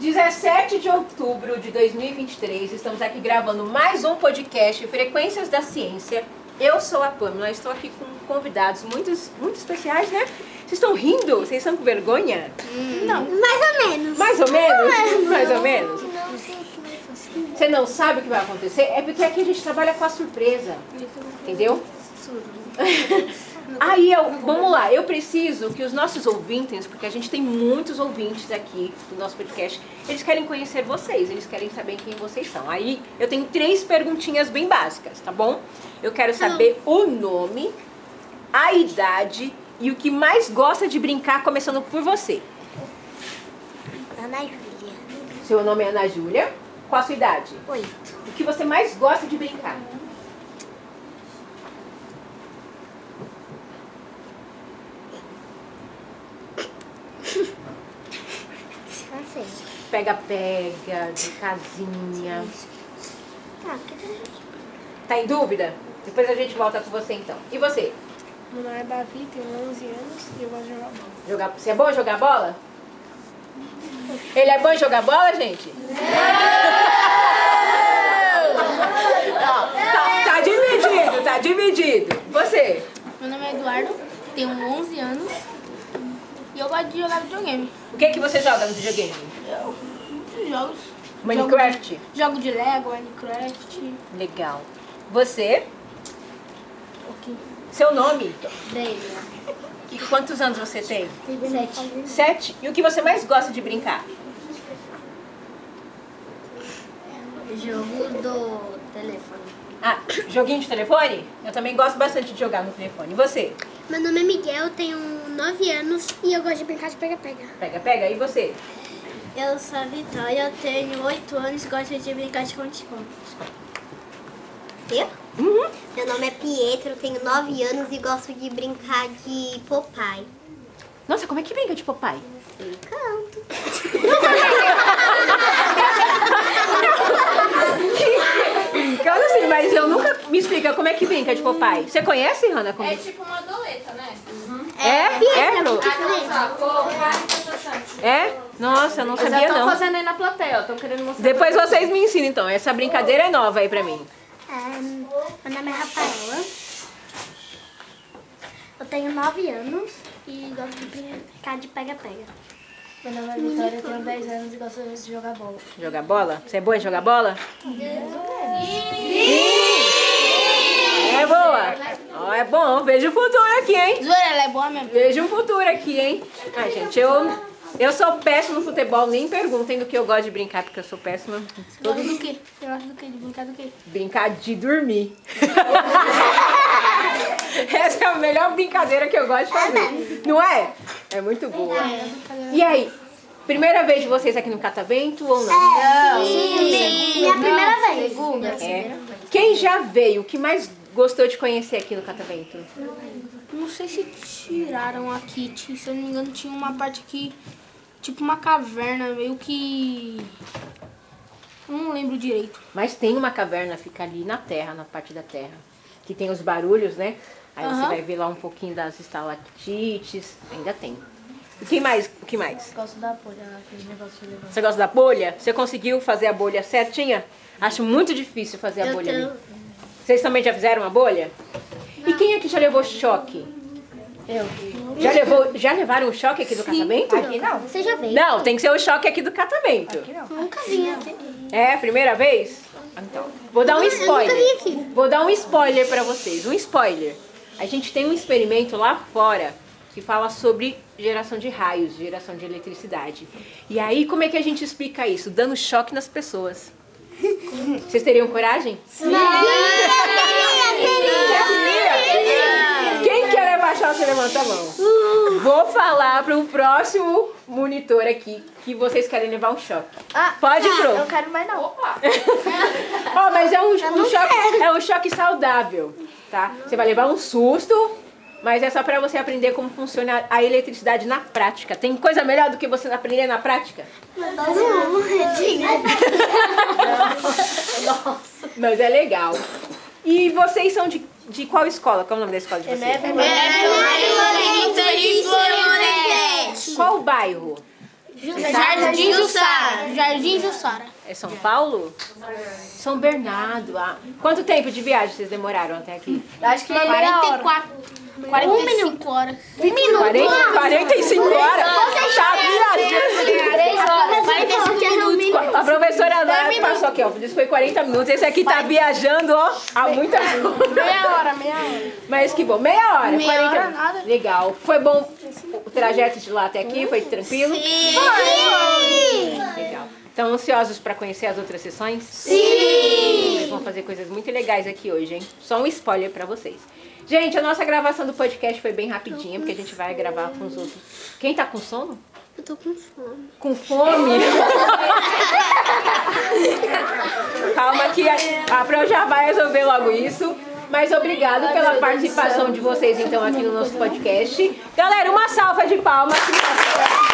17 de outubro de 2023, estamos aqui gravando mais um podcast Frequências da Ciência. Eu sou a Pamela, estou aqui com convidados muito, muito especiais, né? Vocês estão rindo? Vocês estão com vergonha? Mais ou menos. Mais ou menos? Mais ou menos? Não sei o que vai fazer. Você não sabe o que vai acontecer? É porque aqui a gente trabalha com a surpresa. Entendeu? Aí eu, vamos lá, eu preciso que os nossos ouvintes, porque a gente tem muitos ouvintes aqui do nosso podcast, eles querem conhecer vocês, eles querem saber quem vocês são. Aí eu tenho três perguntinhas bem básicas, tá bom? Eu quero saber o nome, a idade e o que mais gosta de brincar, começando por você. Ana Júlia. Seu nome é Ana Júlia, qual a sua idade? Oito. O que você mais gosta de brincar? Não sei. Pega-pega, de casinha. Tá, que tem Tá em dúvida? Depois a gente volta com você então. E você? Meu nome é Davi, tenho 11 anos e eu gosto de jogar bola. Jogar... Você é bom em jogar bola? Ele é bom em jogar bola, gente? Não! tá, tá dividido, tá dividido. Você? Meu nome é Eduardo, tenho 11 anos e eu gosto de jogar videogame. O que, que você joga no videogame? Muitos jogos. Minecraft? Jogo de Lego, Minecraft. Legal. Você? Seu nome? Dele. E quantos anos você tem? Sete. Sete. E o que você mais gosta de brincar? Jogo do telefone. Ah, joguinho de telefone? Eu também gosto bastante de jogar no telefone. E você? Meu nome é Miguel, tenho 9 anos e eu gosto de brincar de pega-pega. Pega, pega. E você? Então, Eu sou a Vitória, tenho 8 anos e gosto de brincar de conte-conte. Eu? Uhum. Meu nome é Pietro, tenho 9 anos e gosto de brincar de Popeye. Nossa, como é que brinca de papai? Canto. Brincando assim, mas eu nunca me explica como é que brinca de papai. Você conhece, Hanna? Como... É tipo uma doleta, né? É? É? Lu? Ah, não, É? Nossa, eu não sabia não. fazendo aí na plateia, ó. Estão querendo mostrar. Depois vocês me ensinam então. Essa brincadeira é nova aí pra mim. meu nome é Rafaela. Eu tenho 9 anos e gosto de brincar de pega-pega. Meu nome é Vitória, eu tenho 10 anos e gosto de jogar bola. Jogar bola? Você é boa em jogar bola? Sim! É boa? Ó, é bom, vejo o futuro aqui, hein? Zoeira, ela é boa mesmo. Vejo o futuro aqui, hein? Ai, gente, eu, eu sou péssima no futebol, nem perguntem do que eu gosto de brincar, porque eu sou péssima. Você gosta do quê? Você gosta do quê? De brincar do quê? Brincar de dormir. Essa é a melhor brincadeira que eu gosto de fazer. Não é? É muito boa. E aí? Primeira vez de vocês aqui no Catavento ou não? É, Minha primeira vez. É. Quem já veio? O que mais gostou de conhecer aqui no Catavento? Não sei se tiraram aqui, ti- se eu não me engano, tinha uma parte que. Tipo uma caverna, meio que. Eu não lembro direito. Mas tem uma caverna, fica ali na terra, na parte da terra. Que tem os barulhos, né? Aí você Aham. vai ver lá um pouquinho das estalactites. Ainda tem. O que mais? O que mais? Gosto da folha, aquele negócio de levantar. Você gosta da bolha? Você conseguiu fazer a bolha certinha? Acho muito difícil fazer a Eu bolha tenho- ali. Vocês também já fizeram a bolha? E quem aqui já levou choque? Eu. Já, levou, já levaram o choque aqui do catamento? Aqui não. Você já veio? Não, tem que ser o choque aqui do catamento. Nunca vim aqui. É, primeira vez? Então, vou dar um Eu nunca vim spoiler. aqui. Vou dar um spoiler pra vocês, um spoiler. A gente tem um experimento lá fora que fala sobre geração de raios, geração de eletricidade. E aí, como é que a gente explica isso? Dando choque nas pessoas. Vocês teriam coragem? Queria! Quem quer levar choque, levanta a mão. Vou falar pro próximo monitor aqui que vocês querem levar um choque. Ah, Pode tá, ir, pro. quero mais não. Ó, mas é um, um choque, é um choque saudável, tá? Você vai levar um susto, mas é só pra você aprender como funciona a eletricidade na prática. Tem coisa melhor do que você aprender na prática? Não, Regina. Mas é legal. E vocês são de, de qual escola? Qual é o nome da escola de vocês? É. Qual bairro? Jardim Jussara. Jardim Jussara. É São Paulo? São Bernardo. Ah. Quanto tempo de viagem vocês demoraram até aqui? Acho que é uma meia hora. Um 44. 45 horas. Um minuto. 40, 45 horas? Tá viajando. 3 horas. 45 minutos. A professora lá passou aqui, ó. Disse que foi 40 minutos. Esse aqui tá viajando, ó, há muita Meia hora, meia hora. Mas que bom. Meia hora. Meia 40 hora nada. Legal. Foi bom o trajeto de lá até aqui? Foi tranquilo? Legal. Estão ansiosos para conhecer as outras sessões? Sim! Vocês vão fazer coisas muito legais aqui hoje, hein? Só um spoiler para vocês. Gente, a nossa gravação do podcast foi bem rapidinha, porque a gente vai gravar com os outros. Quem tá com sono? Eu tô com fome. Com fome? Calma que a, a Pro já vai resolver logo isso. Mas obrigado pela participação de vocês, então, aqui no nosso podcast. Galera, uma salva de palmas. pra vocês.